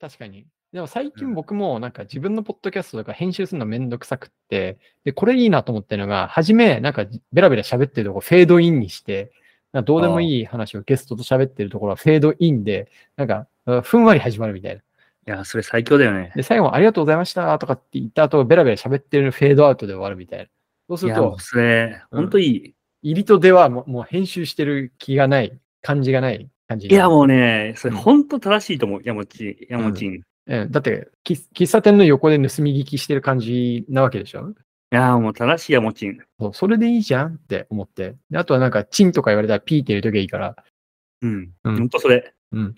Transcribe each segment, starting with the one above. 確かに。でも最近僕もなんか自分のポッドキャストとか編集するのめんどくさくって、で、これいいなと思ってるのが、初めなんかベラベラ喋ってるとこフェードインにして、なんかどうでもああ。いい話をゲストと喋ってるところはフェードインで、なんかうんふんわり始まるみたいな。いや、それ最強だよね。で、最後ありがとうございましたとかって言った後、ベラベラ喋ってるフェードアウトで終わるみたいな。そうすいるや、もと、うそれ、うほんとん、いい。入りと出はもうもう編集してる気がない、感じがない感じにいなや、る。もうね、そうれん。ほんと正しいと思う。やもち、やうもん。ちん。いうんだって、き喫茶店の横で盗み聞きしてる感じなわけでしょや、もう正しいやもちん。そう、それでいいじゃんって思って。で、あとはなんか、チンとか言われたらピーって入れときゃいいから。うん。うほんん、とそれ。うん、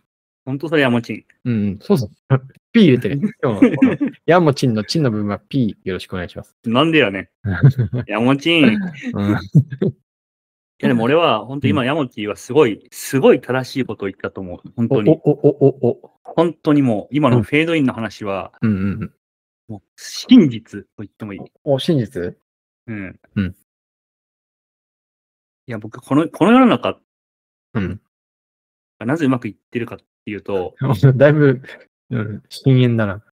ほんとそれやもちん。うん、うん、そうそう。 ピー入れてね。今日のこ の、ヤンもチンのチンの部分はピーよろしくお願いします。なんでやね。 やもちん。いうん、や、でも俺は、ほんとうん。今、やもちんはすごい、すごい正しいことを言ったと思う。本お、当お、に。お、お、お、お。本当にもう、う今のん、フェードインの話は、うん、うん。もう、真実と言ってもいい。お、お真実うん。うん、いや、僕、この、この世の中うん。がなぜうまくいってるかっていうと、 だいぶ、うん、深淵だな。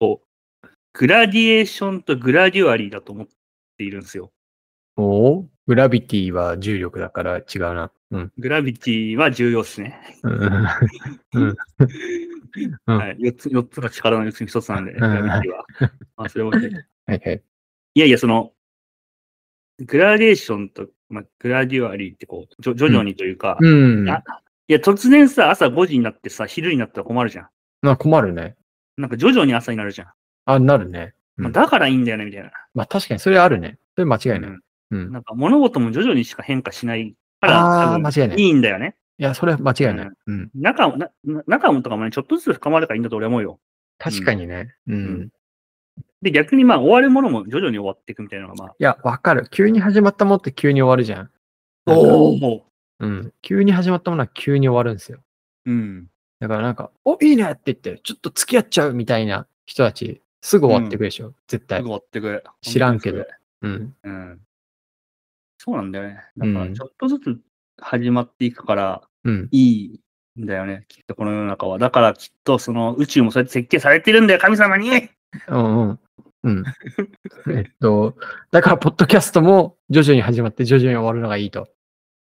こう、グラディエーションとグラデュアリーだと思っているんですよ。おお、グラビティは重力だから違うな。うん。グラビティは重要ですね。うん。うん。うん。はい。4つ、四つの力のうちの1つなんで、うグラん ビはティは。まあ、それは置いといて。いはい。いやいや、その、グラデーションと、まあ、グラデュアリーってこう、じょ徐う々ん。にというか、うあん。いや、突然さ、朝5時になってさ、昼になったら困るじゃん。まあ困るね。なんか徐々に朝になるじゃん。あ、なるね。うまあ、ん。だからいいんだよね、みたいな。まあ確かにそれあるね。それ間違いうない。ん。うん。なんか物事も徐々にしか変化しないから、多ああ、分間違いない。いいんだよね。いや、それは間違ういない。ん。うん。仲も、なな仲もとかもね、ちょっとずつ深まるからいいんだと俺は思うよ。う確かん。にね。ううん。ん。で、逆にまあ、終わるものも徐々に終わっていくみたいなのが、まあ、いや、わかる。急に始まったものって急に終わるじゃん。なんか、おお、もうん。急に始まったものは急に終わるんですよ。う。うん。だからなんか、お、いいねって言って、ちょっと付き合っちゃうみたいな人たち、すぐう終わってん。くでしょ。絶すぐ対。終わってく。知本ら当んにそけれ。ど。うん。うん。そうなんだよね。うだから、ちん。ょっとずつ始まっていくから、うん。いいんだよね。きっとこの世の中は。だからきっと、その宇宙もそうやって設計されてるんだよ、神様にうんうん。うん。 えっと、だから、ポッドキャストも徐々に始まって、徐々に終わるのがいいと。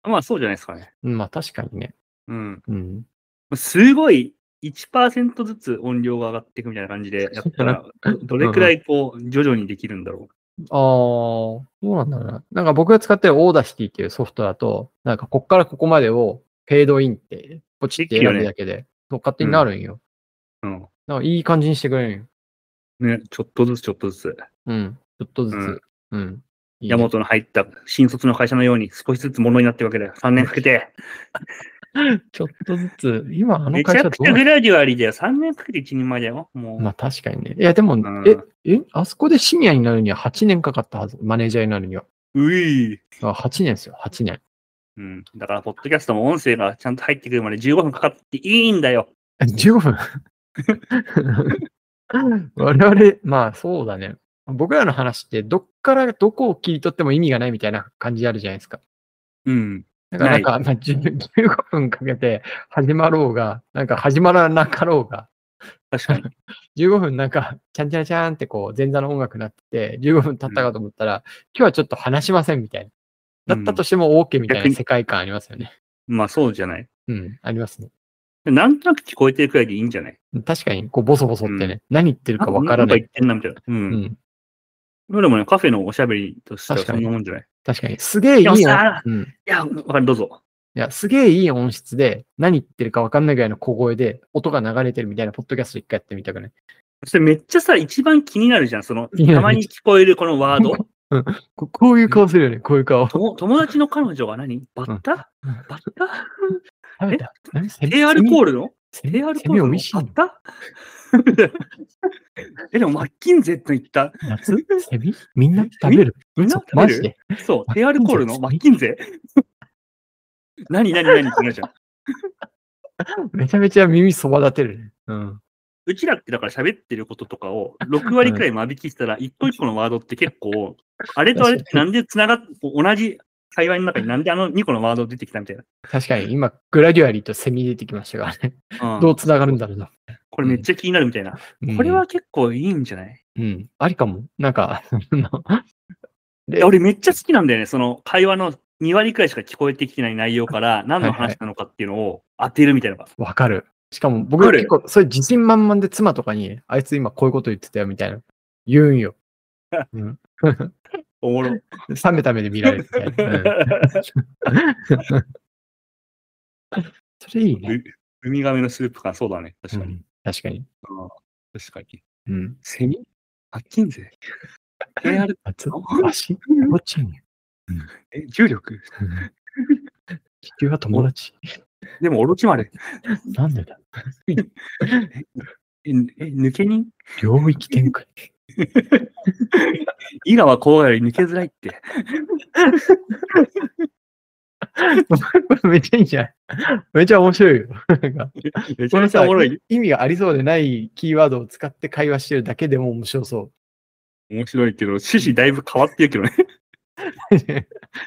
まあ、そうじゃないですかね。うんまあ、確かにね。うん。うん。すごい1%ずつ音量が上がっていくみたいな感じでやったら、どどうれくんうらん。いこう、徐々にできるんだろああ、そうなんだな。なんか僕が使ってるオーダーシティっていうソフトだと、なんかこっからここまでをフェードインって、ポチう。ってできる選よぶね。だけで、そう勝手う。になんるんよ。うん。だからいい感じにしてくれるんよ。ね、ちょっとずつちょっとずつ。うん。ちょっとずうん。つ。うん。いいヤマね。トの入った新卒の会社のように少しずつものになってるわけだよ。3年かけて。ちょっとずつ、今あのめち会ゃ社どくちうゃなっグラデュアリーだよ。3年かけて一人前だよ。もまあ確かにね。いやでも、う。うえ、ん。え、あそこでシニアになるには8年かかったはず。マネージャーになるには。うい。あ、8年ですよ、8年。うん。だから、ポッドキャストも音声がちゃんと入ってくるまで15分かかっていいんだよ。え15分我々、まあそうだね。僕らの話って、どっからどこを切り取っても意味がないみたいな感じあるじゃないですか。うん。だからななんい。か、まあ、10 15分かけて始まろうが、なんか始まらなかろうが、確かに。 15分なんか、ちゃんちゃらちゃんってこう、前座の音楽になってて、15分経っうたん。かと思ったら、今日はちょっと話しませんみたいな。うだったとん。しても OK みたい逆なに、世界観ありますよね。まあそうじゃない。うん、ありますね。なんとなく聞こえてるくらいでいいんじゃない確かに、こう、ボソボソうってん。ね、何言ってるなかんか、わなからなんかな言い。ってんなみたいな。う。うんん。でもね、カフェのおしゃべりとして確はかそんに。なもんじゃない。確かに。すげえでもいいな。さ、うん。いや、わかる、どうぞ。いや、すげえいい音質で、何言ってるかわかんないぐらいの小声で、音が流れてるみたいな、ポッドキャスト一回やってみたくないそれめっちゃさ、一番気になるじゃん。その、いや、たまめっにち聞こえるこのワード。ゃ、うん。 ここういううん顔するよね、こういう顔。とも友達の彼女は何バッうん。タバッタ食べえた何セミ、低アセルコミ、ールのセミ、低アルセコーミル美味のしバいッのタ え、でもマッキンゼって言った。夏セミみんな食みべるみんな嘘食べマジるでそう、マッ低アルキンコーゼルののセマッミキンゼ 何何何ってなるじゃん。めちゃめちゃ耳そば立てるね。うん。うちらってだから喋ってることとかを6割うくん。らい間引きしたら、一個一個のワードって結構、あれとあ確れっかてなに。んで繋がっ、同じ会話の中になんであの2個のワード出てきたみたいな。確かに、今、グラデュアリーとセミ出てきましたからね。うどん。う繋がるこんだろうな。これめっちゃ気になるみたいな。うんこれは結構いいんじゃないうん。ありかも。なんか、 そのいや俺めっちゃ好きなんだよね。その会話の2割くらいしか聞こえてきてない内容から何の話なのかっていうのを当てるみたいなのが。わかる。しかもわ僕かる結構、そういう自信満々で妻とかに、あいつ今こういうこと言ってたよみたいな。言うん よ。うん、おもろ。冷めた目で見られる みたいな。うんそれいいね。ウミガメのスープ感、そうだね。確かうに。ん確かに。確かに。うん。セミ発金税 ?AR、あ、ちょあ足、こっちゃうね。え、重力気球は友達。でも、オロチマル。なんでだえ、え抜け人領域展 開。伊賀はこうより抜けづらいって。めっちゃいいじゃん。めっちゃ面白いよ。なんか、めちゃめちゃおもろい。意味がありそうでないキーワードを使って会話してるだけでも面白 そ面白いけど、趣旨だいぶ変わってるけどね。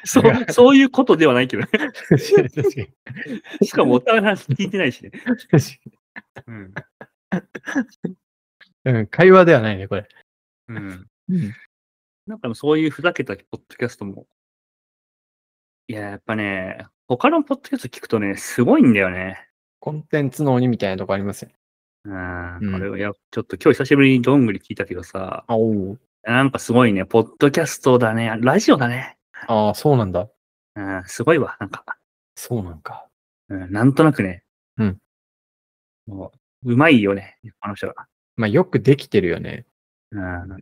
う。そう、そういうことではないけどね。確かに。しかも、お互いの話聞いてないしね。確かうん。にうん、会話ではないね、これ。うん。うん。なんかそういうふざけたポッドキャストも。いや、やっぱね、他のポッドキャスト聞くとね、すごいんだよね。コンテンツの鬼みたいなとこありますよね。うんうんこれいや、ちょっと今日久しぶりにどんぐり聞いたけどさ、あおなんかすごいね、ポッドキャストだね、ラジオだね。ああ、そうなんだ。うん、すごいわ、なんか、そうなんか。うん、なんとなくね。うん。もう、うまいよね、あの人が。まあ、よくできてるよね。うん。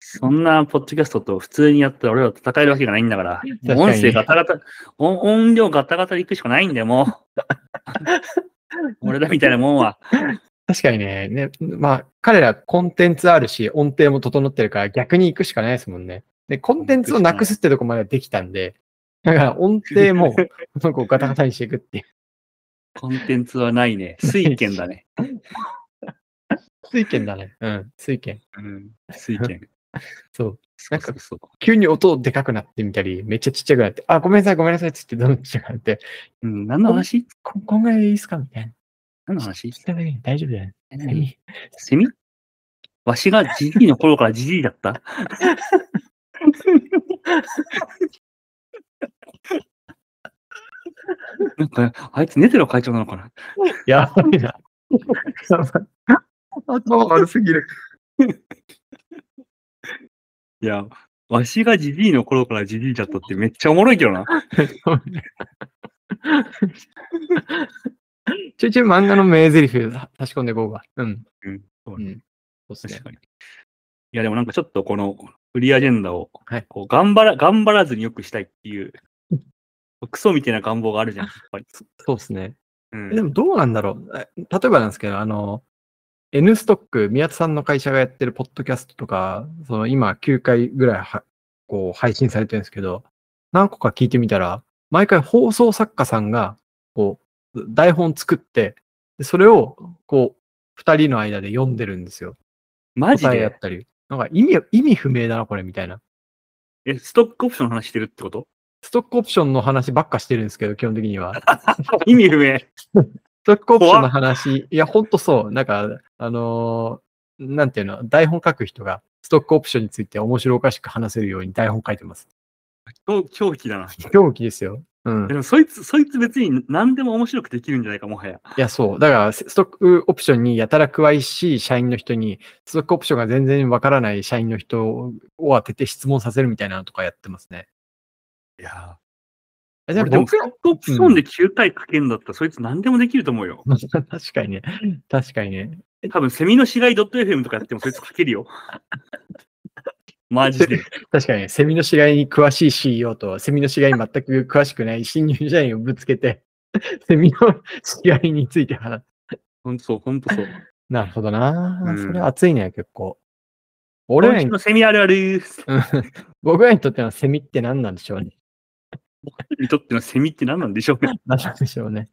そんなポッドキャストと普通にやったら俺らと戦えるわけがないんだから、かに音声ガタガタ、音音量ガタガタでいくしかないんだよ、も う。俺らみたいなもんは。確かにね、ね、まあ、彼らコンテンツあるし、音程も整ってるから逆に行くしかないですもんね。で、コンテンツをなくすってとこまではできたんで、だから音程も、こうガタガタにしていくっていう。コンテンツはないね。水拳だね。水拳だね。うん、水拳。うん。水拳。そう。そうそうそう。急に音でかくなってみたり、めっちゃちっちゃくなって、あ、ごめんなさい、ごめんなさいっつってどんどんちっちゃくなって、うん、何の話ここんぐらいでいいっすかみたいな。何の話しただけに大丈夫だよ。え何セミわしがジジイの頃からジジイだった なんか、あいつネテロ会長なのかなやばいな。頭悪すぎる。いや、わしがジジイの頃からジジイだったってめっちゃおもろいけどな。ちょいちょい漫画の名台詞差し込んでいこうか。うん。うん、そううねん。そうっすね確。かに。いや、でもなんかちょっとこのフリーアジェンダを、はいこう頑張ら、頑張らずによくしたいっていう、クソみたいな願望があるじゃん、やっぱり。そうっすね。うん、でもどうなんだろう。え例えばなんですけど、あの、N ストック、宮田さんの会社がやってるポッドキャストとか、その今9回ぐらいはこう配信されてるんですけど、何個か聞いてみたら、毎回放送作家さんが、こう、台本作って、でそれを、こう、二人の間で読んでるんですよ。マジ答えやっでたり。なんか意味、意味不明だな、これ、みたいな。え、ストックオプションの話してるってことストックオプションの話ばっかしてるんですけど、基本的 には。意味不明。ストックオプションの話、いや、ほんとそう。なんか、あのーなんていうの、台本書く人が、ストックオプションについて面白おかしく話せるように台本書いてます。狂狂気だな。狂気ですよ。うんで。もそいつ、そいつ別に何でも面白くできるんじゃないか、もはや。いや、そう。だから、ストックオプションにやたら詳しい社員の人に、ストックオプションが全然わからない社員の人を当てて質問させるみたいなのとかやってますね。いやあじでゃあも、僕スら、トックオプションで9回書けんだったら、そいつ何でもできると思うよ。 確かにね。確かにね。多分、セミの死骸 .fm とかやっても、そいつ書けるよ。 マジで。確かにね、セミの死骸に詳しい CEO と、セミの死骸に全く詳しくない新入社員をぶつけて、 セミの死骸について話す。ほんとそう、ほんとそう。なるほどな、うんそれ熱いね、結構。 俺ら俺にの、セミあるある。うん 僕らにとってのセミって何なんでしょうね。にとってのセミって何なんでしょうか何なんでしょうね。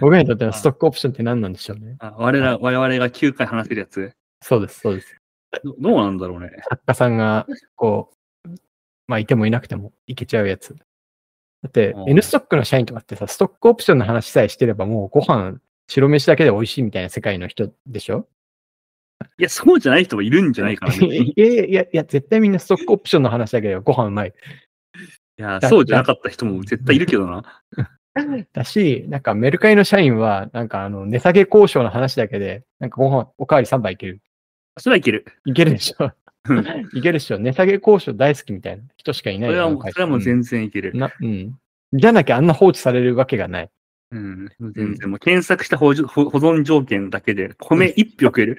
僕らにとってのストックオプションって何なんでしょうね。 あ我ら、我々が9回話せるやつ。そうです、そうです。どどうなんだろうね。作家さんが、こう、まあ、いてもいなくてもいけちゃうやつ。だってう、ん N ストックの社員とかってさ、ストックオプションの話さえしてればもうご飯、白飯だけで美味しいみたいな世界の人でしょいや、そうじゃない人もいるんじゃないかな。別に いやいやいやいや、絶対みんなストックオプションの話だけど、ご飯うまい。いや、そうじゃなかった人も絶対いるけどな。だし、なんかメルカリの社員は、なんかあの、値下げ交渉の話だけで、なんかご飯おかわり3杯いける。それはいける。いけるでしょ。うん いけるでしょ。値下げ交渉大好きみたいな人しかいそないよ。れはもう、なんかそれはもう全然いける。な、うん。じゃなきゃあんな放置されるわけがない。うん、全然、もう検索した保存保保存条件だけで、米1票食 える。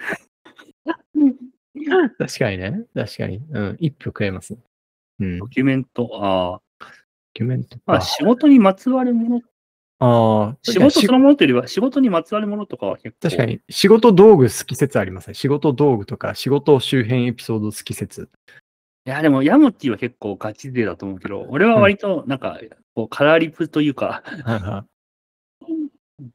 確かにね。確かに。うん。一票食えますね。うん。ドドキュメント、ああ。キュメントまあ、か仕事にまつわるもの、ああ。仕事確そかにのものというよりは、仕事にまつわるものとかは結構。確か。に、仕事道具好き説ありますね。仕事道具とか、仕事周辺エピソード好き説。いや、でも、ヤモティは結構ガチ勢だと思うけど、俺は割と、なんか、こう、カラーリップというか、 はいはい。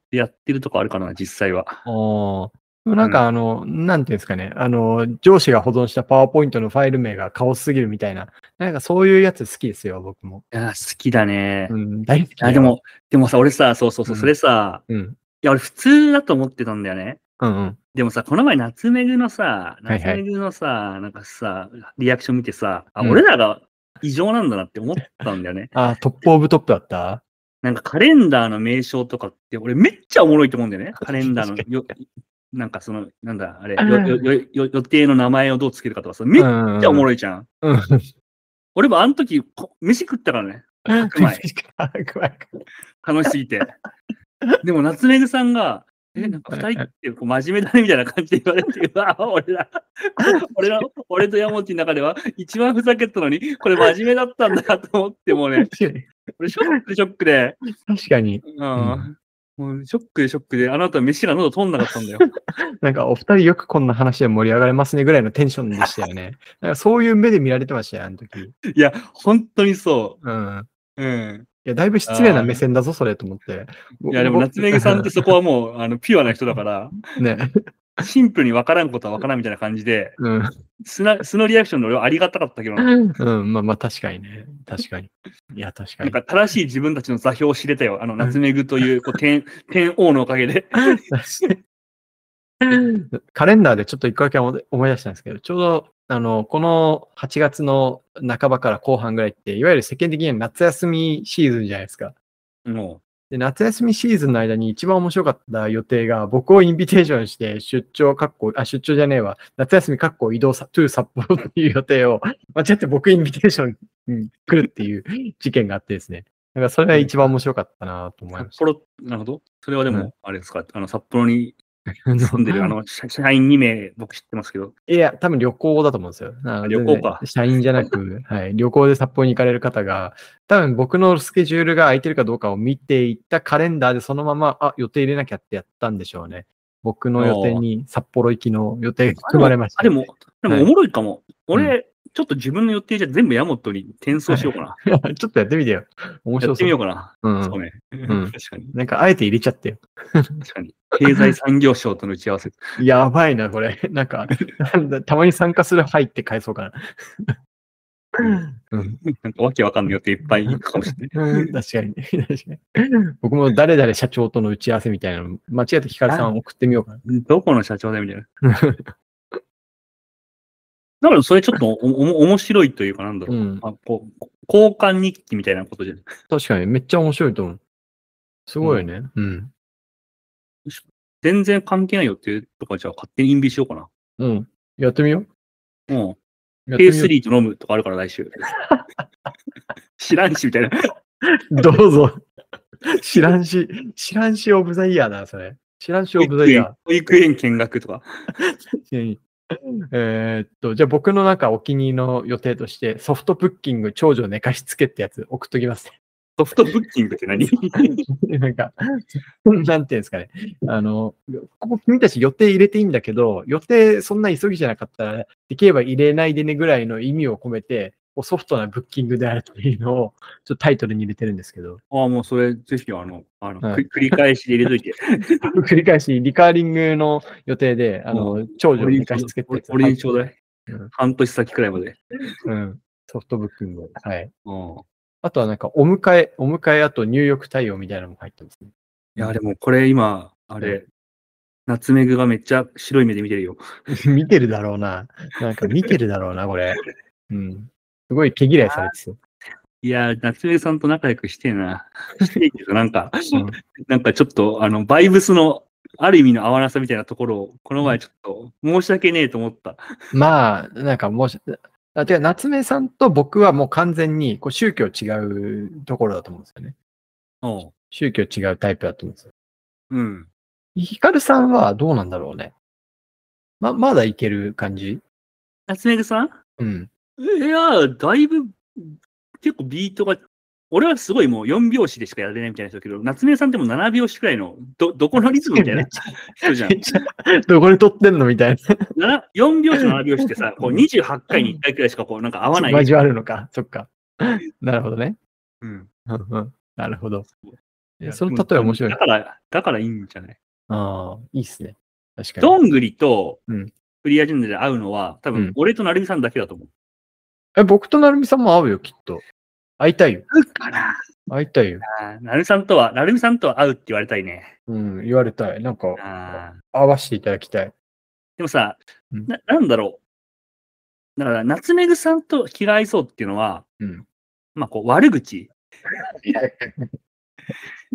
でやってるとこあるかな、実際は。おでもなんかあの、なんていうんですかね、あの、上司が保存したパワーポイントのファイル名がカオスすぎるみたいな、なんかそういうやつ好きですよ、僕も。いや、好きだね。うん、大好きだよあで、も、でもさ、俺さ、そうそうそう、うんそれさ、うん、いや、俺普通だと思ってたんだよね。うん、うん。でもさ、この前、夏めぐのさ、はいはい夏めぐのさ、なんかさ、リアクション見てさ、あ、うん俺らが異常なんだなって思ったんだよね。あ、トップオブトップだったなんかカレンダーの名称とかって、俺めっちゃおもろいと思うんだよね。カレンダーのよ、なんかその、なんだ、あれ、よよよよ予定の名前をどうつけるかとかさ、めっっちゃおもい。ろいじゃん。うん。俺もあの時、こ飯食ったからね。白米白米楽しすぎて。でも、夏目ぐさんが、え、なんか二人ってこう真面目だねみたいな感じで言われ て、うわ、俺ら、俺ら、俺と山内の中では一番ふざけてたのに、これ真面目だったんだと思って、もうね、俺ショックでショックで、 確かに、うんん、もうショックでショックで、あなた飯が喉通んなかったんだ よ。なんかお二人よくこんな話で盛り上がれますねぐらいのテンションでしたよ ね。なんかそういう目で見られてましたよ、あの時。いや、本当にそうん。う。うん。いや、だいぶ失礼な目線だぞ、それと思って。いや、でも夏目ぐさ んってそこはもう、あの、ピュアな人だから、ね。シンプルに分からんことは分からんみたいな感じで、うん。素な素のリアクションの俺はありがたかったけどな、うん、まあまあ確かにね。確かに。いや、確かなんに。か正しい自分たちの座標を知れたよ。あの、夏目ぐという、こう、天、 天王のおかげで。 カレンダーでちょっと一個だけ思い思い出したんですけど、ちょうど、あの、この8月の半ばから後半ぐらいって、いわゆる世間的には夏休みシーズンじゃないですか。もで、夏休みシーズンの間に一番面白かった予定が、僕をインビテーションして、出張かっこ、あ、出張じゃねえわ、夏休みかっこ移動さ、トゥー札幌っていう予定を、間違って僕インビテーションに来るっていう事件があってですね。なんかそれが一番面白かったなとう、思いま札した。幌、なるほど。それはでうんも、あれですか、あの、札幌に住んでる、あの、社社員2名、僕知ってますけど、いや、多分旅行だと思うんですよ。あの旅全行か然社員じゃな く、はい、旅行で札幌に行かれる方が、多分僕のスケジュールが空いてるかどうかを見ていったカレンダーでそのまま、あ、予定入れなきゃってやったんでしょうね。僕の予定に札幌行きの予定が組まれました。あ、でも、ではもいおもろいかも。俺、ちょっと自分の予定じゃ全部ヤモトに転送しようかな。 ちょっとやってみてよ。面や白ってそう。みようかな。うんそうね。ん 確かに。なんか、あえて入れちゃってよ。確かに。経済産業省との打ち合わせ。やばいな、これ。 なんか、なんだたまに参加する入って返そうかな。うん、なんかわけわかんない予定いっぱい行くかもしれない。 うん確かに。確かに。僕も誰々社長との打ち合わせみたいなの、間違えてヒカルさん送ってみようかな。どこの社長だみたいな。だからそれちょっとおお面白いというかなんだろうう、ん。あこう。交換日記みたいなことじゃない。確かに、めっちゃ面白いと思う。すごいね。うん。全然関係ないよっていうとかじゃあ勝手にインビしようかうん。やってみよな。うん。う。やってみよう K3 と飲むとかあるから来 週。知らんしみたいな。どうぞ。知らんし、知らんしオブザイヤーだな、それ。知らんし保オブザ育イヤー園。保育園見学とか。 えーっと、じゃあ僕のなんかお気に入りの予定として、ソフトブッキング長女寝かしつけってやつ送っときます。ソフトブッキングって何 なんか、なんていうんですかね。あの、ここ君たち予定入れていいんだけど、予定そんな急ぎじゃなかったら、できれば入れないでねぐらいの意味を込めて、こうソフトなブッキングであるというのを、ちょっとタイトルに入れてるんですけど、ああ、もうそれぜひあの、あの、はいく繰り返しで入れと いて。 繰り返し、リカーリングの予定で、あうの、長女俺寝にかしつけってやつ。俺にちょうだいうん。半年先くらいまで。うん。ソフトブッキング。はい。うん。あとはなんか、お迎え、お迎え、あと入浴対応みたいなのも入ってますね。いや、でもこれ今、あれ、ナツメグがめっちゃ白い目で見てるよ。 見てるだろうな。なんか見てるだろうな、これ。うん。すごい毛嫌いされてそう。いやー、夏目さんと仲良くしてえな。してえけど、なんか、うんなんかちょっと、あの、バイブスの、ある意味の合わなさみたいなところを、この前ちょっと、申し訳ねえと思った。まあ、なんかもし、あ、てか、夏目さんと僕はもう完全にこう宗教違うところだと思うんですよね。おう宗教違うタイプだと思うんですよ。うん。ヒカルさんはどうなんだろうね。ま、まだいける感じ夏目さんうん。いやー、だいぶ、結構ビートが、俺はすごいもう4拍子でしかやれないみたいな人だけど、夏目さんってもう7拍子くらいの、ど、どこのリズムみたいな人じゃんめ。っちゃ、どこで撮ってんのみたいな。な4拍子、7拍子ってさ、こう28回に1回くらいしかこう、なんか合わない。交わるのか。そっか。なるほどね。うん。うんうんなるほど。いやその例え面白いだから、だからいいんじゃないああ、いいっすね。確かに。どんぐりとうんフリーアジェンダで会うのは、多うん分俺と成美さんだけだと思う。え、僕と成美さんも会うよ、きっと。会いたいよ。会うかな会いたいよ。成美さんとは、成美さんとは会うって言われたいね。うん、言われたい。なんか、あー会わせていただきたい。でもさ、うんななんだろう。だから、夏目ぐさんと気が合いそうっていうのは、うん。まあ、こう、悪口。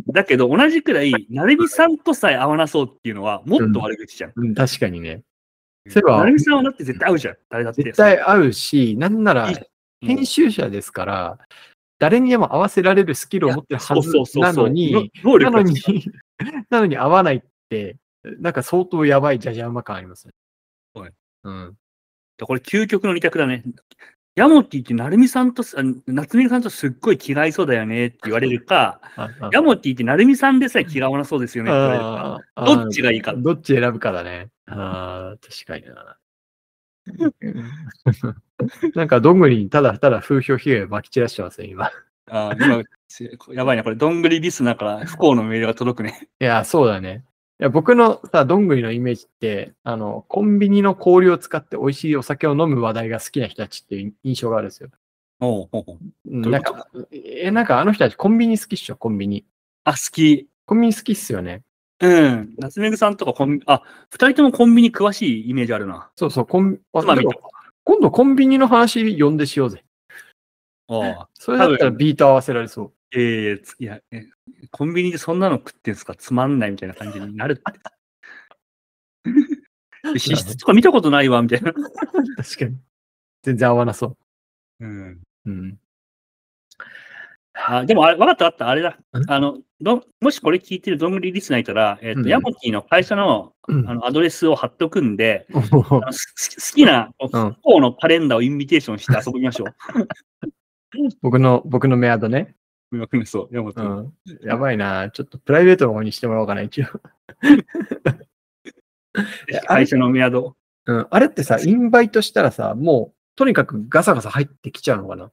だけど、同じくらい、成美さんとさえ合わなそうっていうのは、もっと悪口じゃん。うん、確かにね。うん、そういえば成美さんはだって絶対合うじゃん。誰だって。絶対会うし、なんならいい、もう編集者ですから、誰にでも合わせられるスキルを持ってるはずそうそうそうなののに、能な力のがに 違う。、なのに合わないって、なんか相当やばいじゃじゃ馬感ありますね。はい。うん。これ究極の二択だね。ヤモティって成美さんとす、あ夏美さんとすっごい気が合いそうだよねって言われるか、ああヤモティって成美さんでさえ気が合わなそうですよねって言われるか。あーどっちがいいかどっち選ぶかだね。ああ、確かにな。 なんか、どんぐりにただただ風評被害を撒き散らしてますね、今。いあー今せやばいな、これ、どんぐりリスナーから不幸のメールが届くね。や、そうだね。いや僕のさ、どんぐりのイメージって、あの、コンビニの氷を使って美味しいお酒を飲む話題が好きな人たちっていう印象があるんですよ。おうおうおううんどういなうんことか、え、なんかあの人たちコンビニ好きっしょ、コンビニ。あ、好き。コンビニ好きっすよね。うん。夏目ぐさんとかコンビ、あ、二人ともコンビニ詳しいイメージあるな。そうそう、コンあつまみでともか。今度コンビニの話呼んでしようぜ。おうそれだったらビート合わせられそう。えーついや、えコンビニでそんなの食ってんすかつまんないみたいな感じになる って。で脂質とか見たことないわ、みたいな。確かに。全然合わなそうん。う。うん。あでもあれ、わかったわかった、あれだん。あの、どんもしこれ聞いてるどんぐりリスナーいたら、えっ、うんと、ヤモティの会社のうんあのアドレスを貼っとくんで、もうあのす好きな、こうんう不幸のカレンダーをインビテーションして遊びま しょ 僕の、僕のメアドね。う。わかりまそう。ヤモテうィん。やばいな。ちょっとプライベートの方にしてもらおうかな、一応。いやあれ会社のメアド。うん。あれってさ、インバイトしたらさ、もう、とにかくガサガサ入ってきちゃうのかな。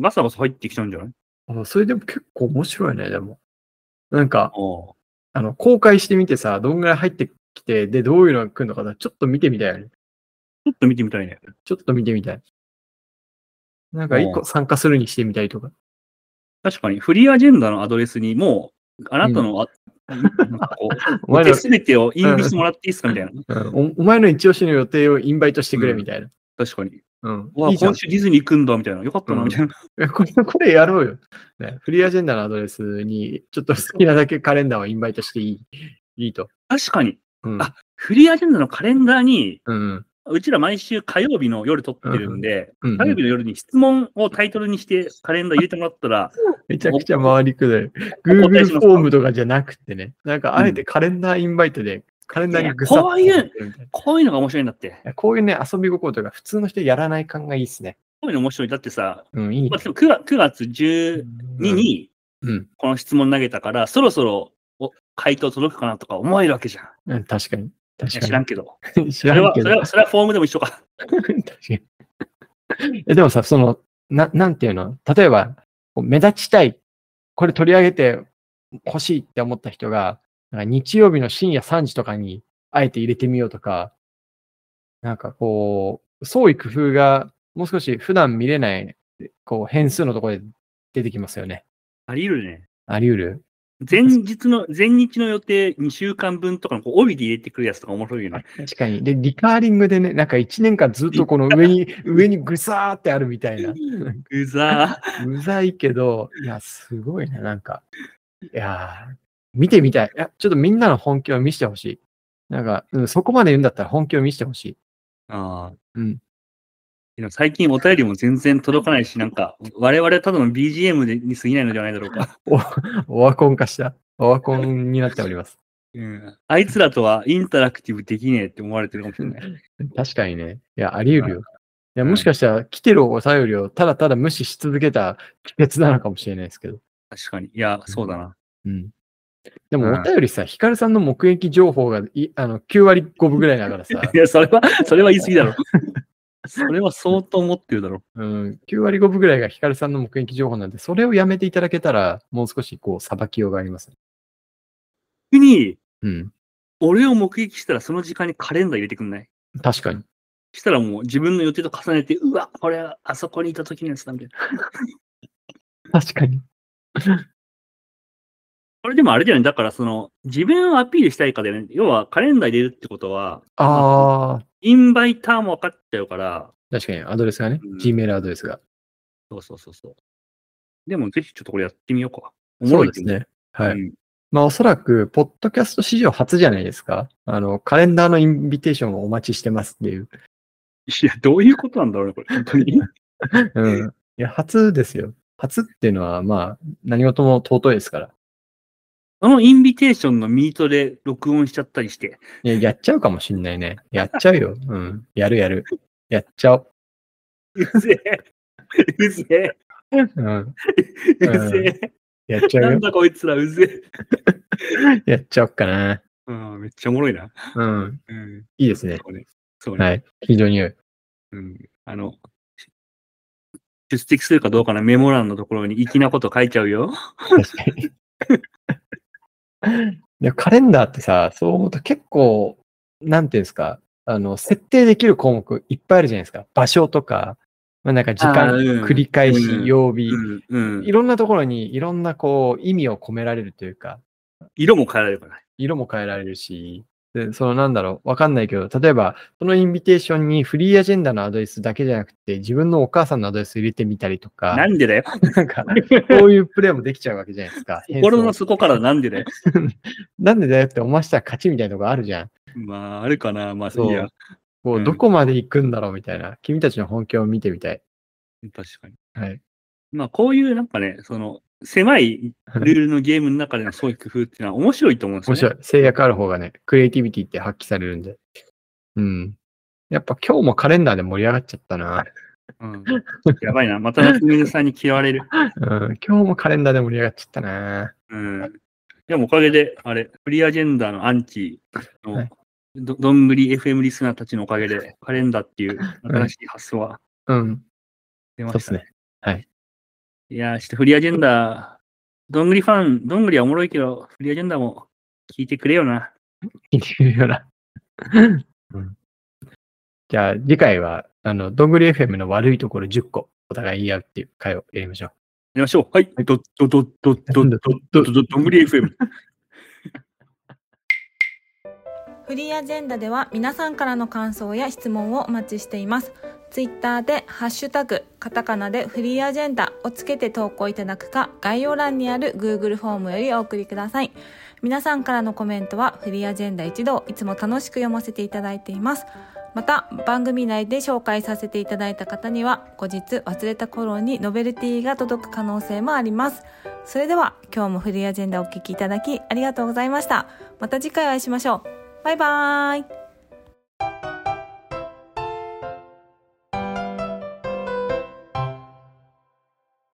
ガサガサ入ってきちゃうんじゃないあそれでも結構面白いね、でも。なんか、おうあの、公開してみてさ、どんぐらい入ってきて、で、どういうのが来るのかな、ちょっと見てみたいよね。ちょっと見てみたいね。ちょっと見てみたい。なんか、一う個参加するにしてみたいとか。確かに、フリーアジェンダのアドレスにもう、あなたのあ、なんかこ う、お前の、すべてをインビしてもらっていいですかみたいな。うんおお前の一押しの予定をインバイトしてくれ、みたいな。確かに。うん。わあ、いいじゃん今週ディズニー行くんだ、みたいな。よかったうな、んみたいな。えこれ、これやろうよ。ね、フリーアジェンダのアドレスに、ちょっと好きなだけカレンダーをインバイトしていい。いいと。確かに、うん。あフリーアジェンダのカレンダーに、うん。うちら毎週火曜日の夜撮ってるんで、うん火曜日の夜に質問をタイトルにしてカレンダー入れてもらったら、めちゃくちゃ回りくどい。お答え Google フしォますームとかじゃなくてね。なんか、あえてカレンダーインバイトで、カレンダーにぐさっといやこういう入れるみたいこういうのが面白いんだって。なこういうね、遊び心とか、普通の人やらない感がいいっすね。こういうの面白い。だってさ、うん、いいまねあ、。9, 月9月12うんにうん、この質問投げたから、そろそろお回答届くかなとか思えるわけじゃん。うん、確かに。い確や知らかんけど。に。知それらんは、けそどれ。は、それはフォームでも一緒か。 確かに。えでもさ、その、ななんていうの例えば、こう目立ちたい。これ取り上げて欲しいって思った人が、なんか日曜日の深夜3時とかに、あえて入れてみようとか、なんかこう、創意工夫が、もう少し普段見れない、こう、変数のところで出てきますよね。あり得るね。あり得る。前日の、前日の予定2週間分とかのこう帯で入れてくるやつとか面白い よね。確かに。で、リカーリングでね、なんか1年間ずっとこの上に、上にぐさーってあるみたいな。うざうざいけど、いや、すごいな、なんか。いやー、見てみたい。いや、ちょっとみんなの本気を見せてほしい。なんか、うん、そこまで言うんだったら本気を見せてほしい。ー。あーうん。でも最近お便りも全然届かないし、なんか、我々はただの BGM でに過ぎないのではないだろ うか。オワコン化した。オワコンになっております。うん、あいつらとはインタラクティブできねえって思われてるかもしれない。確かにね。いや、あり得るよ。いや、うんもしかしたら来てるお便りをただただ無視し続けた帰結なのかもしれないですけど。確かに。いや、そうだな。 うん。でもうんお便りさ、ヒカルさんの目撃情報がいあの9割5分ぐらいだからさ、いや、それは、それは言い過ぎだろ。 それは相当思ってるだろ。うん、9割5分ぐらいがヒカルさんの目撃情報なんで、それをやめていただけたら、もう少しこう、裁きようがあります、ね。逆に、うん。俺を目撃したらその時間にカレンダー入れてくんない確かに。したらもう自分の予定と重ねて、うわ、これはあそこにいた時のやつだみたいな。確かに。これでもあれだよね。だからその、自分をアピールしたいかだよね。要はカレンダー入れるってことは、ああ、インバイターも分かっちゃうから、確かに、アドレスがね、うん Gmail アドレスが。そうそうそうそう。でもぜひちょっとこれやってみようか。おもそろういですね。けど。はい。うんまあ、おそらく、ポッドキャスト史上初じゃないですか。あの、カレンダーのインビテーションをお待ちしてますって いう。いや、どういうことなんだろうね、これ。本当に。うん。いや、初ですよ。初っていうのは、まあ、何事も尊いですから。そのインビテーションのミートで録音しちゃったりして。いや、やっちゃうかもしんないね。やっちゃうよ。うん。やるやる。やっちゃおう。うぜえ。うぜえ。うん。うぜやっちゃえ。なうんよ。だこいつら、うぜえ。やっちゃおっかな。うん、めっちゃおもろいな。うん。うん。いいですね。そうね。そうね。はい。非常に良い。うん。あの、出席するかどうかのメモ欄のところに粋なこと書いちゃうよ。確かに。でもカレンダーってさ、そう思うと結構、なんていうんですか、あの、設定できる項目いっぱいあるじゃないですか。場所とか、まあ、なんか時あ間、ーうん繰り返し、うん曜日、うん。うんい。ろんなところにいろんなこう、意味を込められるというか、色も変えられるから。色も変えられるし、でそのなんだろう、わかんないけど、例えば、そのインビテーションにフリーアジェンダのアドレスだけじゃなくて、自分のお母さんのアドレス入れてみたりとか、なんでだよ。なんか、そういうプレイもできちゃうわけじゃないです か。心の底からなんでだよ。なんでだよって思わせたら勝ちみたいなとこあるじゃん。まあ、あるかな。まあ、そういや。こうう、んどこまで行くんだろうみたいな。君たちの本気を見てみたい。確かに。はい。まあ、こういうなんかね、その、狭いルールのゲームの中での創意工夫っていうのは面白いと思うんですよ、面白ね。い。制約ある方がね、クリエイティビティって発揮されるんで。うん。やっぱ今日もカレンダーで盛り上がっちゃった な。うん、やばいな。また夏目さんに嫌われる。うん。今日もカレンダーで盛り上がっちゃったな。うん。でもおかげで、あれ、フリーアジェンダーのアンチの、はいどどんぐり FM リスナーたちのおかげで、カレンダーっていう新しい発想はうん。出まそうでしすたね。ね。はい。いやー、ちょっとフリーアジェンダー、どんぐりファン、どんぐりはおもろいけど、フリーアジェンダーも聞いてくれよな。いるよな。 うん。じゃあ次回は、あの、どんぐり FM の悪いところ10個、お互い言い合うっていう回をやりましょう。やりましょう。はい。ど、ど、ど、ど、ど、ど、ど、ど、ど、どんぐり FM。フリーアジェンダでは皆さんからの感想や質問をお待ちしています。ツイッターでハッシュタグ、カタカナでフリーアジェンダをつけて投稿いただくか、概要欄にある Google フォームよりお送りください。皆さんからのコメントはフリーアジェンダ一同、いつも楽しく読ませていただいています。また、番組内で紹介させていただいた方には、後日忘れた頃にノベルティが届く可能性もあります。それでは、今日もフリーアジェンダをお聞きいただきありがとうございました。また次回お会いしましょう。バイバイ